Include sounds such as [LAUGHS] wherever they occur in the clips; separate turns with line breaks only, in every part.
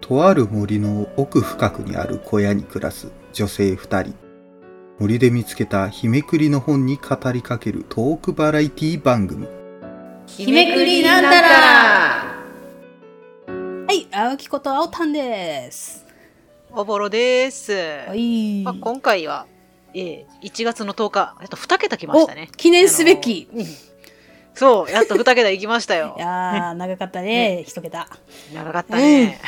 とある森の奥深くにある小屋に暮らす女性2人森で見つけた日めくりの本に語りかけるトークバラエティ番組
日めくりなんたら
はい、青木こと青たんです。
おぼろです、
はい。
まあ、今回は、えー、1月の10日えっと2桁来ましたね
お記念すべき。
あのうんそうやっと2桁行きましたよ
[LAUGHS] いやー、長かったね、一桁。
長かったね、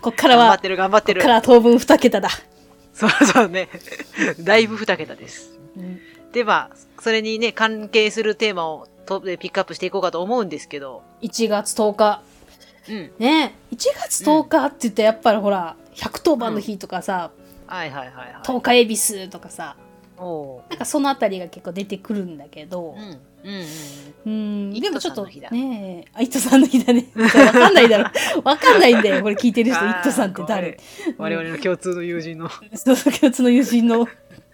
こっから
頑張
は
っ、てる頑張ってる
から当分二桁だ。
そうそうね [LAUGHS] だいぶ2桁ですでまあそれにね関係するテーマをとでピックアップしていこうかと思うんですけど
1月10日。
うん
ね、1月10日って言ってやっぱりほら、110番の日とかさ、
はいはいはいはい
10日恵比寿とかさ、
おう
なんかそのあたりが結構出てくるんだけど
うん、うんうん
うん、でもちょっと
イットさんの日だ、
ねえ、あ、イットさんの日だね。 [LAUGHS] わかんないだろ。わかんないんだよ、これ聞いてる人、イットさんって誰
あー我々の共通の友人の
そうそう共通の友人の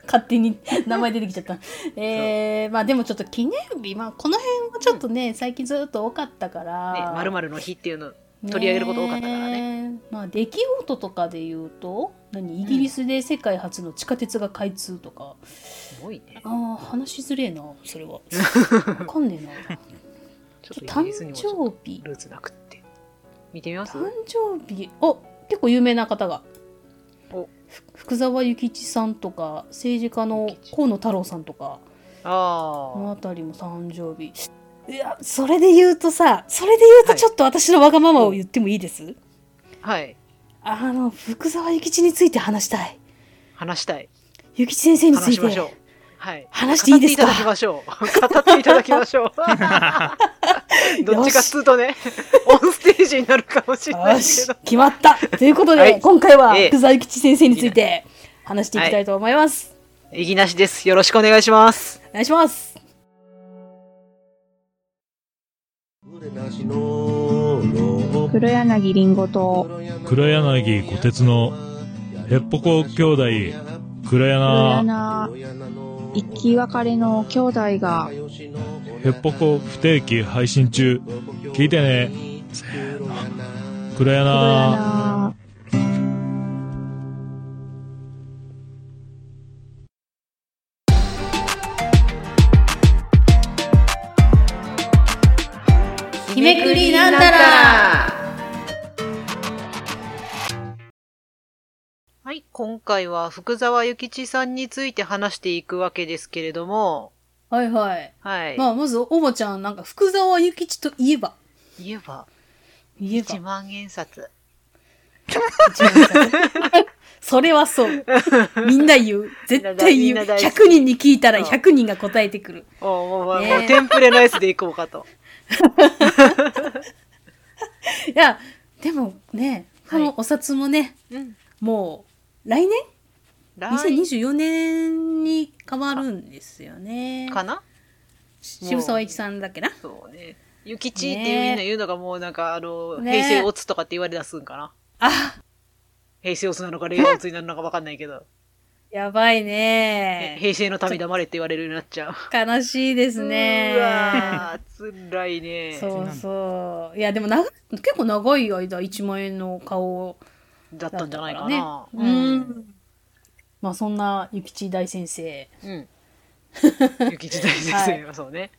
勝手に名前出てきちゃ
[LAUGHS]
った。えー、まあでもちょっと記念日、まあこの辺はちょっとね、最近ずっと多かったから。
ね、まるまるの日っていうの。取り上げること多かったから
ね。まあ出来事とかで言うと、何イギリスで世界初の地下鉄が開通とか。
すごいね。
ああ、話しづれえな、そ
[LAUGHS]
れは。わかんねえな。
ちょっとイギ
誕
リスにもちょっ
生日
と。ルーツなくって。見てみます
誕生日、お結構有名な方が。
お
ふ福沢諭吉さんとか政治家の河野太郎さんとか
あ
この
あ。
辺りも誕生日いやそれで言うとさそれで言うと
はい
ちょっと私のわがままを言ってもいいです、
はい。
あの福沢諭吉について話したい
話したい。
諭吉先生につ
話
い
しましょう
て。
はい。
話していいですか
語っていただきましょう。 [LAUGHS] 語っていただきましょ
[LAUGHS]
う。どっちかっつうとね、オンステージになるかもしれない
よ
け
し
ど。
決まったということで、
はい
今回は
ええ
福沢諭吉先生について話していきたいと思います、
いぎなしです。よろしくお願いします。
お願いします
黒柳りんごと
黒柳小鉄のヘッポコ兄弟黒
黒
柳
柳一き別れの兄弟が
ヘッポコ不定期配信中聞いてねせーの黒
黒
柳
柳
日めくりなんたら
はい。今回は福沢諭吉さんについて話していくわけですけれども、
はいはい、
はい。
まあまずおばちゃんなんか福沢諭吉といえば
言えば、
言えば
一万円札。
[LAUGHS] それはそう。みんな言う。絶対
み
言
ん
う。
な大好き
100人に聞いた
そ
ら
う
100人が答えてくる。
おもう、もう
ねえ
テンプレのやつでいこうかと。
いや、でもね、こ
はい
のお札もね、
うん。
もう来年
来
?2024 年に変わるんですよね。
かな
渋沢栄一さんだっけな。
そうね。ゆきちって
ね
みんな言うのがもうなんか、あの、
ね
平成オツとかって言われ出すんかな。
あ、
平成オツなのか令和オツになるのかわかんないけど、
やばい
へ
ね。
平成の民黙れって言われるようになっちゃう。
悲しいですね。
うわー、辛いね。
そうそう。いや、でも長い結構長い間1万円の顔を
だったんじゃないか
だっ
な。
たからねうん。まあそんな諭吉大先生。 [LAUGHS]
うん。ゆきち大先生はそうね。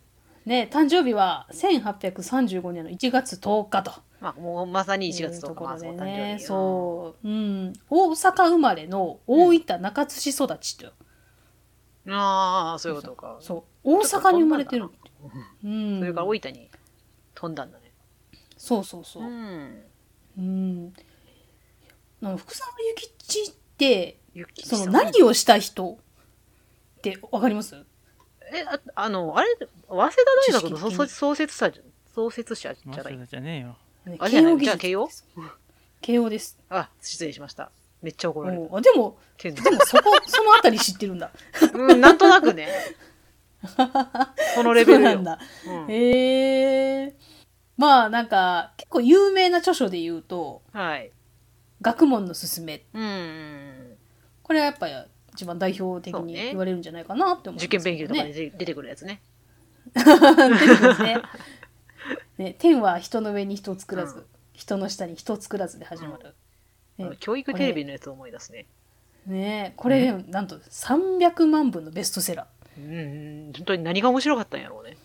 ね、誕生日は1835年の1月10日と
まあ、もうまさに1月
い
と
うと
か、
こ
まあ、
ろ
そ
で
う、誕生
ね、
日。
そう、うん、大阪生まれの大分中津市育ちと、
うん。ああ、そういうことか。そ
そう大阪に生まれてるうん
れから大分に飛んだんだね。
そうそうそうう、
ん。
うん、なんか福沢諭吉って
ゆきち
そ
さん
の何をした人ってわかります
え、ああの、あれ、早稲田大学の
知識的
創
に
創設者じゃ、創設者じゃない。
じゃねえよ。
ね
あれじゃない
技
じゃあ
術
慶応
慶応です
あ、失礼しました。めっちゃ怒られる。
おあでも
天
でもそこそのあたり知ってるんだ
皇うん、なんとなくね。
[LAUGHS]
そのレベル
そう
よ。
なんだ
うん
へえ。まあなんか結構有名な著書で言うと
はい。
「学問のすすめ
うん。」
これはやっぱ一番代表的
そう
に
ね
言われるんじゃないかなって思います
受
け
験
ど
勉強とかで
ね。
出てくるやつね。
出てきますねね天は人の上に人を作らず、
うん
人の下に人作らずで始まる。
あの
ね
教育テレビのやつを思い出すね。
ねえこれ、なんと300万部のベストセラー。
うんうん、本当に何が面白かったんや
[LAUGHS]
ろうね。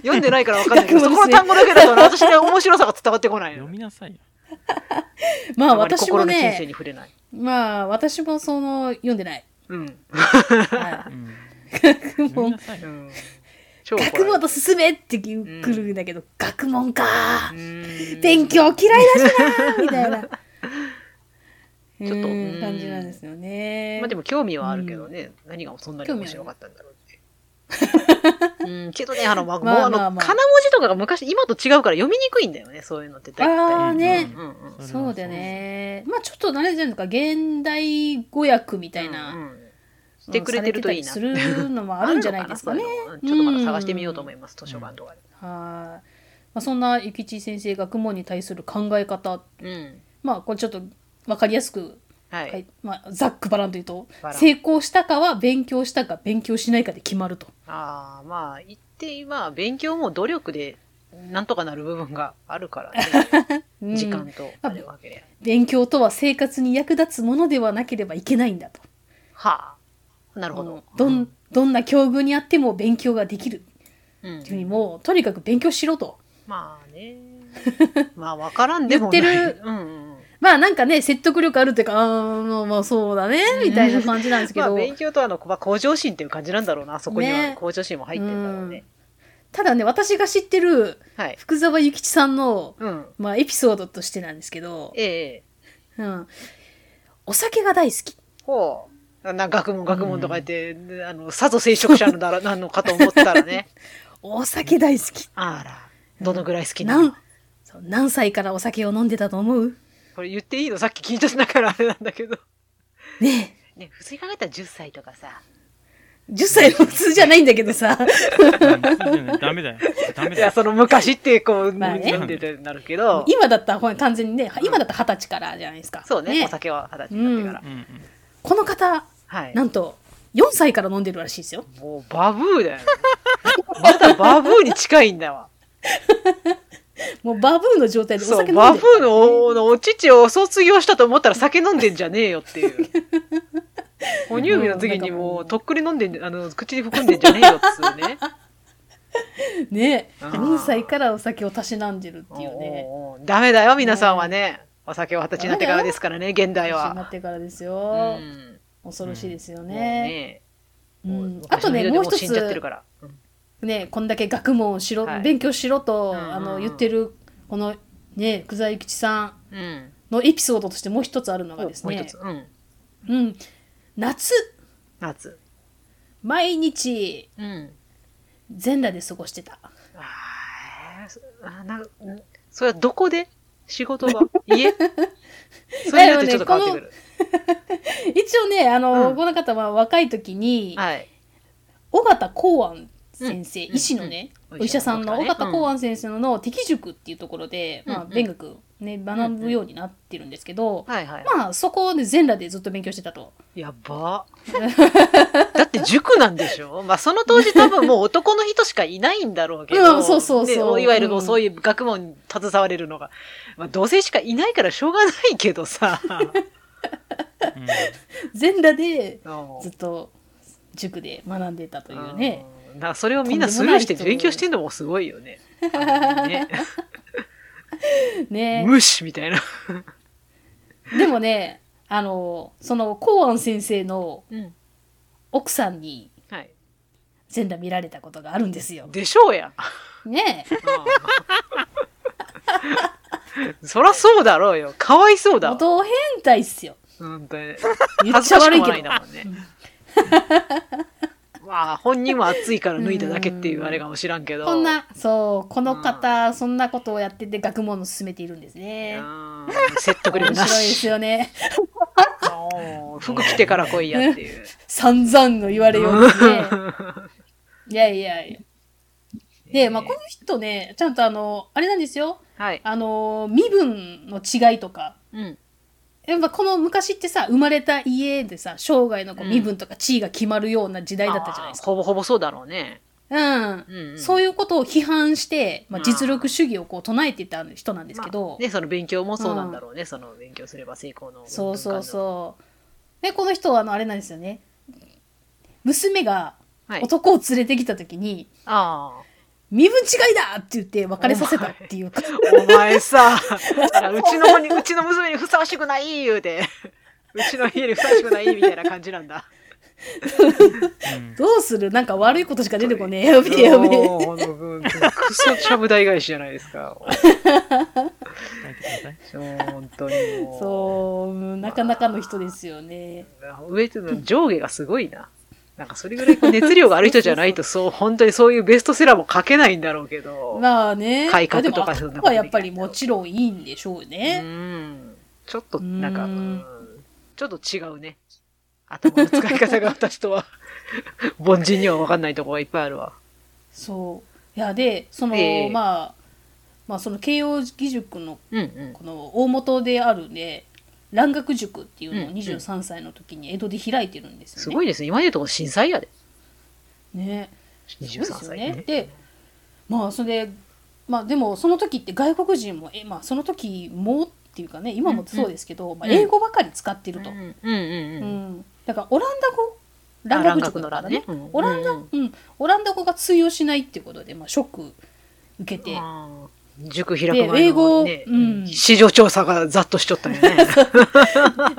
読んでないから分かんないけど、そ
学
こ
問で
の
す
単
ね
語だけだと私の面白さが伝わってこない
読
の。
みなさいよ。
まあ
まり
私も
心の人生
ね
に、触れない。
まあ私もその、読んでない。
うん。
は
う
い
[LAUGHS]
ん、
学
読み
問
な。さいよ
う。ん。超
[LAUGHS] 学
怒られ
問
る
と進めってくるんだけど、学問か
う
ー
ーん
勉強嫌いだしなーみた
[LAUGHS]
いな。
ょっと
うーん
うん
感じなんですよね。
まあでも興味はあるけどね、何がそんなに
興味ある
面白かったんだろうね。うん、けどね、あの、まあ、
ま
も
あ
う
ま
あ
あ
の、
まあ
金文字とかが昔、今と違うから読みにくいんだよね、そういうのって大
あ
体。
あね、
うんうん。
ん
そうだよね。まあちょっと何じゃないのか現代語訳みたいな、
う
うん
うんんしてくれてるといいな。
されてたりするのもあるんじゃないですかね。
[LAUGHS] あるのかな。そういうのうんちょっとまだ探してみようと思います、図書館とかで。
はい。まあそんな諭吉先生学問に対する考え方、
うん。
まあこれちょっとわかりやすく、
は
はい
い。
まあざっくばらんと言うと
ば、らん
成功したかは勉強したか勉強しないかで決まると。
ああ、まあ、言って、まあ、勉強も努力で、なんとかなる部分があるからね。
うん
時間と、
ま
あ
あ
れをかけりゃ。
勉強とは生活に役立つものではなければいけないんだと。
はあ。なるほ
も
ど
う。どんどんな境遇にあっても勉強ができる。
うん
っていうふうにもうとにかく勉強しろと。
まあ
[LAUGHS]
ね。まあ、わからんでもない。
言ってる
うんうんうん。
まあなんかね、説得力あるというか、あーまあそうだね、みたいな感じなんです
[LAUGHS]
け
まあ、
ど、
勉強とあの、まあ、向上心っていう感じなんだろうな。そこには
ね
向上心も入ってんだろうね。
ただね、私が知ってる
はい。
福沢諭吉さんの、
うん。
まあエピソードとしてなんですけど、
ええ。
うん、お酒が大好き。
ほう。な学問学問とか言って、であの、さぞ聖職者のだら
[LAUGHS]
なんのかと思ったらね。
お酒大好き。
あら、どのぐらい好きな
何
の
そう何歳からお酒を飲んでたと思う
これ言っていいのさっき聞いちゃったからあれなんだけど。
ねえ。
ね、普通に考えたら10歳とかさ。
10歳の普通じゃないんだけどさ。
うんダメだよ。ダメ
い
だ
や、
よ。
その昔ってこう、
まあね
読んでてなるけど、
今だったらほら完全にね、今だったら二十歳からじゃないですか。
そうね、お酒は二十歳になってから。
うんうん
この方、
はい。
なんと4歳から飲んでるらしいですよ。
もうバブーだよ。まだバブーに近いんだわ。
もうバブーの状 [LAUGHS] 態でお
そ
酒飲
う、
んでる
バブーのおのお乳を卒業したと思ったら酒飲んでんじゃねえよっていう。
[LAUGHS]
哺乳瓶の次にもう、とっくり飲んでん、あの、口に含んでんじゃねえよっつうね。
ね
あー
4歳からお酒をたしなんでるっていうね
おうおうダメだよ、皆さんはね。お酒を二十歳になってからですからね、現代
年にな
は
っ。てからです
う
よ、
ん。
恐ろしいですよ
もう
ね,、
ね。
うん
もう
あとねもう一
死んじゃってる
つ
から。うん
ねこんだけ学問をしろ、
はい
勉強しろと、
うんうんうん
あの言ってるこのね久在吉さん
うん。
のエピソードとしてもう一つあるのが
もう
です
一
ね
つ。うん。
うん、夏
夏。
毎日
うん。
全裸で過ごしてた
あーそあなんかんそれはどこで仕事
[LAUGHS]
場家そ
だ
れによっ
よ
て
ね
ちょっと変わってくる。
一応ねあの、
うん
この方は若い時に、
はい。
尾形公安先生、
うん
医師のね、
うんうん
お医者さんの
お
尾
医者さん
形
とかね
公安先生の敵塾っていうところで、
うん
まあ、
うん
勉学、ね、学ぶようになってるんですけど、
はいはい。
まあそこで全裸でずっと勉強してたと。
やば。だって塾なんでしょ [LAUGHS] まあその当時多分もう男の人しかいないんだろうけど。
うんそうそうそう
ねいわゆるもううんそういう学問に携われるのが。まあ同性しかいないからしょうがないけど
[LAUGHS]
さ。
うん
全裸で
うん
ずっと塾で学んでたというね。
うん。だからそれをみんなスルーして勉強してんのもすごいよ
[LAUGHS]
ね。ね
ね
無視みたいな。
でもねあのその公安先生の
うん。
奥さんに
はい。
全裸見られたことがあるんですよ。
でしょうや。
ねえ
[LAUGHS] そらそうだろうよ。かわいそうだわ。
元変態っすよ。
本当に。
言っちゃ悪
恥ずかしく
いけど。
もないんだもんね。まあ、本人は暑いから脱いだだけっていうあれかもしらんけど。
こんなそうこの方、そんなことをやってて学問を進めているんです
う
ね。
ん。説得力
面
な
白いで
し。
すよね。
うん服着てから来いやっていう。
散々の言われようですね。いやいやいや。で、まあ、この人ね、ちゃんとあの、あれなんですよ。
はい。
あの、身分の違いとか。
うん。
やっぱこの昔ってさ、生まれた家でさ、生涯のこう
うん
身分とか地位が決まるような時代だったじゃないですか。
ほぼほぼそうだろうね。
うん。
うんうん
そういうことを批判して、まあ、
まあ
実力主義をこう唱えてた人なんですけど、
まあね、その勉強もそうなんだろうね、その勉強すれば成功の
そうそう
う、
そう。で、この人はあのあれなんですよね。娘が
はい、
男を連れてきた時に、
ああ
身分違いだって言って別れさせたっていうか。
お前
[LAUGHS]
さうちの子にうちの娘にふさわしくない言うてうちの家にふさわしくないみたいな感じなんだ
うん
どうするなんか悪いことしか出てこ
[LAUGHS]
ねえ。やべえやべえ。
もうほんとうんクソちゃぶ台返しじゃないですか
書いてください
本当にもう
そう、うんなかなかの人ですよね。
上との上下がすごいな。なんかそれぐらいこう熱量がある人じゃないと、そう、本当にそういうベストセラーも書けないんだろうけど。
まあね。
改革とか
まあで
そん
も
なこと
はやっぱりもちろんいいんでしょう
う
ね。
ん。ちょっと、なん
う
か、
ん
うんちょっと違うね。頭の使い方が私
[LAUGHS]
とは、凡人には分かんないところがいっぱいあるわ。
そう。いや、で、その、
ええ
まあ、まあその慶応義塾の
うんうん。
この大元であるね蘭学塾っていうの
う
を
んうん
23歳の時に江戸で開いてるんですよね。
すごいですね。今で言うとこ震災やで。
ね。そう
23
ですよ
歳
ね
ね。。
でまあそれでまあでもその時って外国人もえ、まあ、その時もっていうかね今もそうですけど、まあ、英語ばかり使って
う
る
ん
と。うん
うんうん
だからオランダ語
うん。
蘭
蘭
学
学
塾
の
だから
欄
ね
ね。。
オランダ、
ダ
うん、オランダ語が通用しないっていうことで、まあ、ショック受けて。
塾開く前の、
で
ね、
英語うん
市場調査がざっとしちょったよ
[LAUGHS]
ね。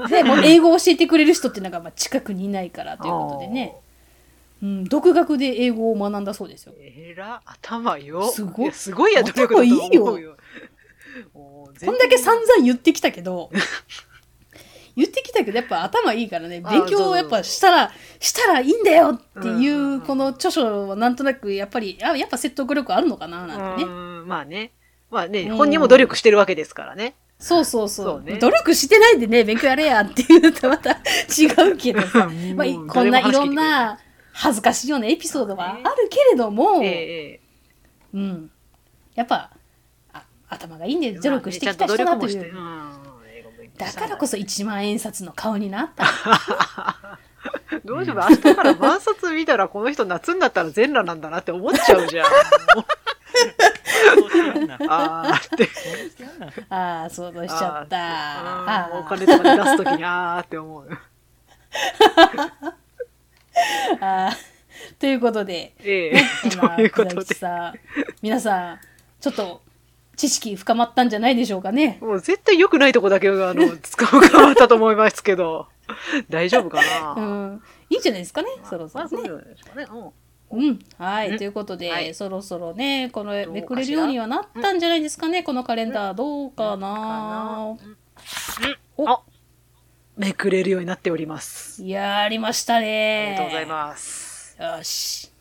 でもう英語を教えてくれる人っていうのがまあ近くにいないからということで
[LAUGHS]
ね、うん、独学で英語を学んだそうですよ
あ。ー。えら、頭よ。
すごい
やすごいや、努力だと
頭いいよ
思う [LAUGHS] よ。こ
こんだけ散々言ってきたけど [LAUGHS] 言ってきたけどやっぱ頭いいからね
あ
勉強をやっぱしたらしたらいいんだよって
う
い
んうんう
うんこの著書はなんとなくやっぱりあやっぱ説得力あるのかななんてね
まあね。まあね、
うん
本人も努力してるわけですからね。
そうそうそう
そうね
努力してないでね勉強やれやっていうとまた違うけどさ、 [LAUGHS] まあ、いこんないろんな恥ずかしいようなエピソードはあるけれども、
ええ、え
うん、やっぱあ頭がいいん
え
で努力してきた
まあね
人
ちゃ
だ
ん努力
と
も
い
し
う、
てうん英語勉強
だ
した
からこそ一万円札の顔になった
どうしよう、明日から万冊見たら、この人夏になったら全裸なんだなって思っちゃうじゃん。
[LAUGHS]
もう
そうしてやんな
あーって。
そうしてやんな
ああ、想像しちゃった。
あ
あ
ー
ー
お金とかで出すときに、あーって思う。
あー [LAUGHS] ということで、
ええ、
[LAUGHS] 今
ということ
木崎
で。
さん、皆さん、ちょっと知識深まったんじゃないでしょうかね。
もう絶対良くないとこだけ、あの、使うかわったと思いますけど、大丈夫かな、
う
ま
ん、いいんじゃないですかね、
あ
そろそ
ま
ろ
あそうじ
ね
ゃ。ないですかね。うん
うん、はい、
うん
ということで、
はい
そろそろね、この
どうかしら
めくれるようにはなったんじゃないですかね、このカレンダー、どうかな。
うんあめくれるようになっております。
いやー、ありました
あり
ね。
がとうございます。
す。よし。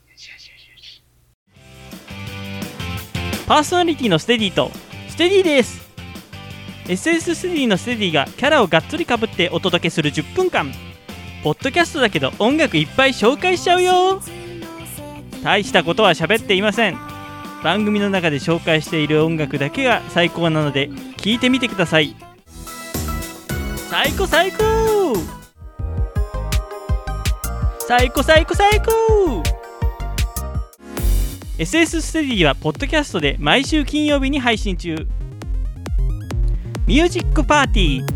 パーソナリティのステディとステディです SS ステディのステディがキャラをがっつりかぶってお届けする10分間ポッドキャストだけど音楽いっぱい紹介しちゃうよ大したことは喋っていません番組の中で紹介している音楽だけが最高なので聞いてみてください最高最高最高最高最高 SS ステディはポッドキャストで毎週金曜日に配信中ミュージックパーティー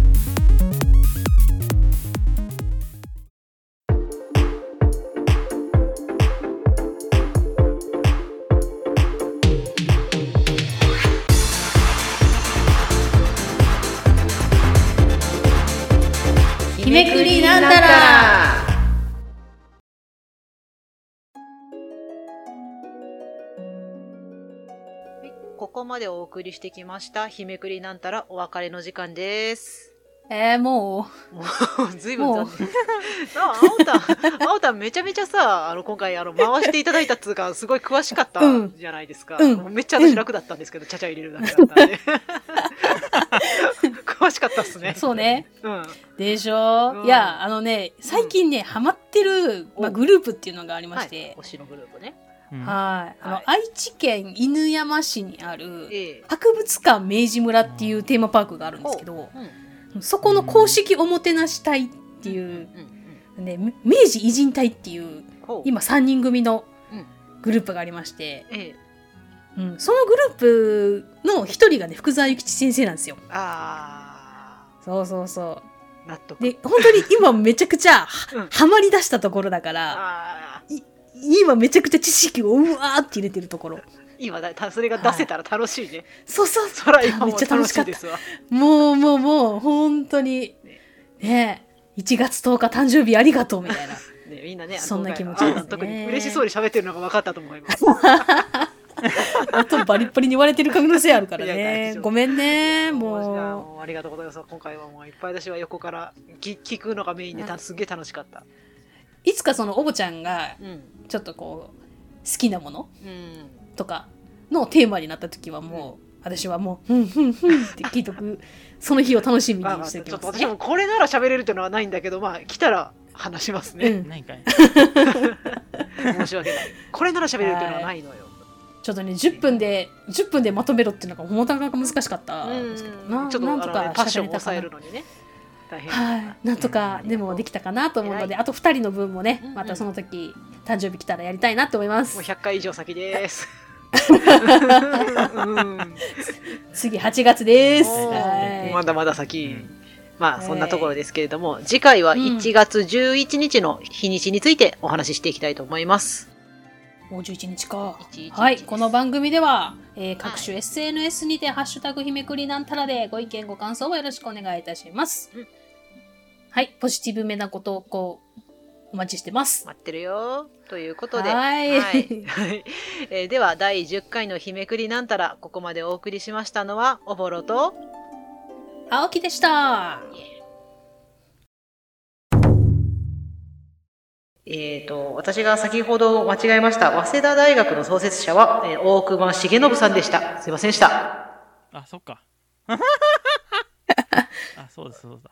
日めくりなんたら。
ここまでお送りしてきました。日めくりなんたらお別れの時間です。
えー、も
[LAUGHS] ずいぶん残念。あ、青田、青田めちゃめちゃさ、あの、今回、あの、回していただいたっつうか、すごい詳しかった
うん
じゃないですか。
うん
もうめっちゃ私楽だったんですけど、ちゃちゃ入れるだけだ
[LAUGHS]
ったんで。詳しかったっすね
う、。そう
[LAUGHS]
ね。
うん。
でしょ、
うん
いやあのね最近ね、ハマってる、まあ、グループっていうのがありま
は
し
い
て。
推しのグループね。
はい,、あの
はい
愛知県犬山市にある
ええ。
博物館明治村っていうテーマパークがあるんですけど、
うん。
そこの公式おもてなし隊っていう
う、ん。
ね、明治偉人隊っていう
ほう。
今3人組の
うん
グループがありまして、
ええ。
うん、そのグループの一人がね福沢諭吉先生なんですよ
あ
そうそうそ
ー、納得。
うで本当に今めちゃくちゃは
うん
ハマり出したところだから
あー
今めちゃくちゃ知識をうわーって入れてるところ
今だ、たそれが出せたら楽しいね。
そうそうそ
そら今
め
も
っちゃ楽
楽し
しかっ
い
た
ですわ。
うもうもうもう本当にねえ1月10日誕生日ありがとうみたいな
ね、みんなね、あの
そんな気持ち
今回
ですね
あ特に嬉しそうに喋ってるのが分かったと思います。
あとバリッバリに言われてる可能性あるから
いやいや
ね
大丈夫
ごめんね
いや
もう
もうありがとうございます。今回はもういっぱい私は横から聞聞くのがメインでたすげえ楽しかった。
いつかそのおぼちゃんが
うん。
ちょっとこう好きなもの
うん。
とかのテーマになった時はもう、私はもう「ふんふんふん」って聞いとく [LAUGHS] その日を楽しみ
まあま
に
あ、
し
ち
て
ょ
お
っ
き
と
ます
私
ね。
もこれなら喋れるというのはないんだけど、まあ来たら話します
う
ね。
ん
ないんかい。
申し訳ない。これなら喋れるというのはないのよ。
ちょっとね10分で10分でまとめろっていうのが本当なかなか難しかったんですけど、
う。
なん
ちょっ
なん
と
と
あのね
か
パッションを
喋れた
抑
かな
えるのにね。大変。
はい、なんとかでもできたかなと思うので、あと2人の分もねまたその時誕生日来たらやりたいなと思います
もう100回以上先
[LAUGHS]
です。 [LAUGHS] うん
次8月です
おー
はい
まだまだ先。
うん
まあそんなところですけれども、次回は1月11日の日にちについてお話ししていきたいと思います。
もう11日か
11日
はい
です
この番組では、えー各種 SNS にて「ハッシュタグひめくりなんたら」でご意見ご感想をよろしくお願いいたします、
うん
はいポジティブめなご投稿お待ちしてます
待ってるよということで。
はい
はい [LAUGHS] えーでは第10回の日めくりなんたらここまでお送りしましたのはおぼろと
青木でした
えー、と私が先ほど間違えました早稲田大学の創設者は、えー大熊重信さんでしたすいませんでした
あ、そっか。あ、そうです、そうだ。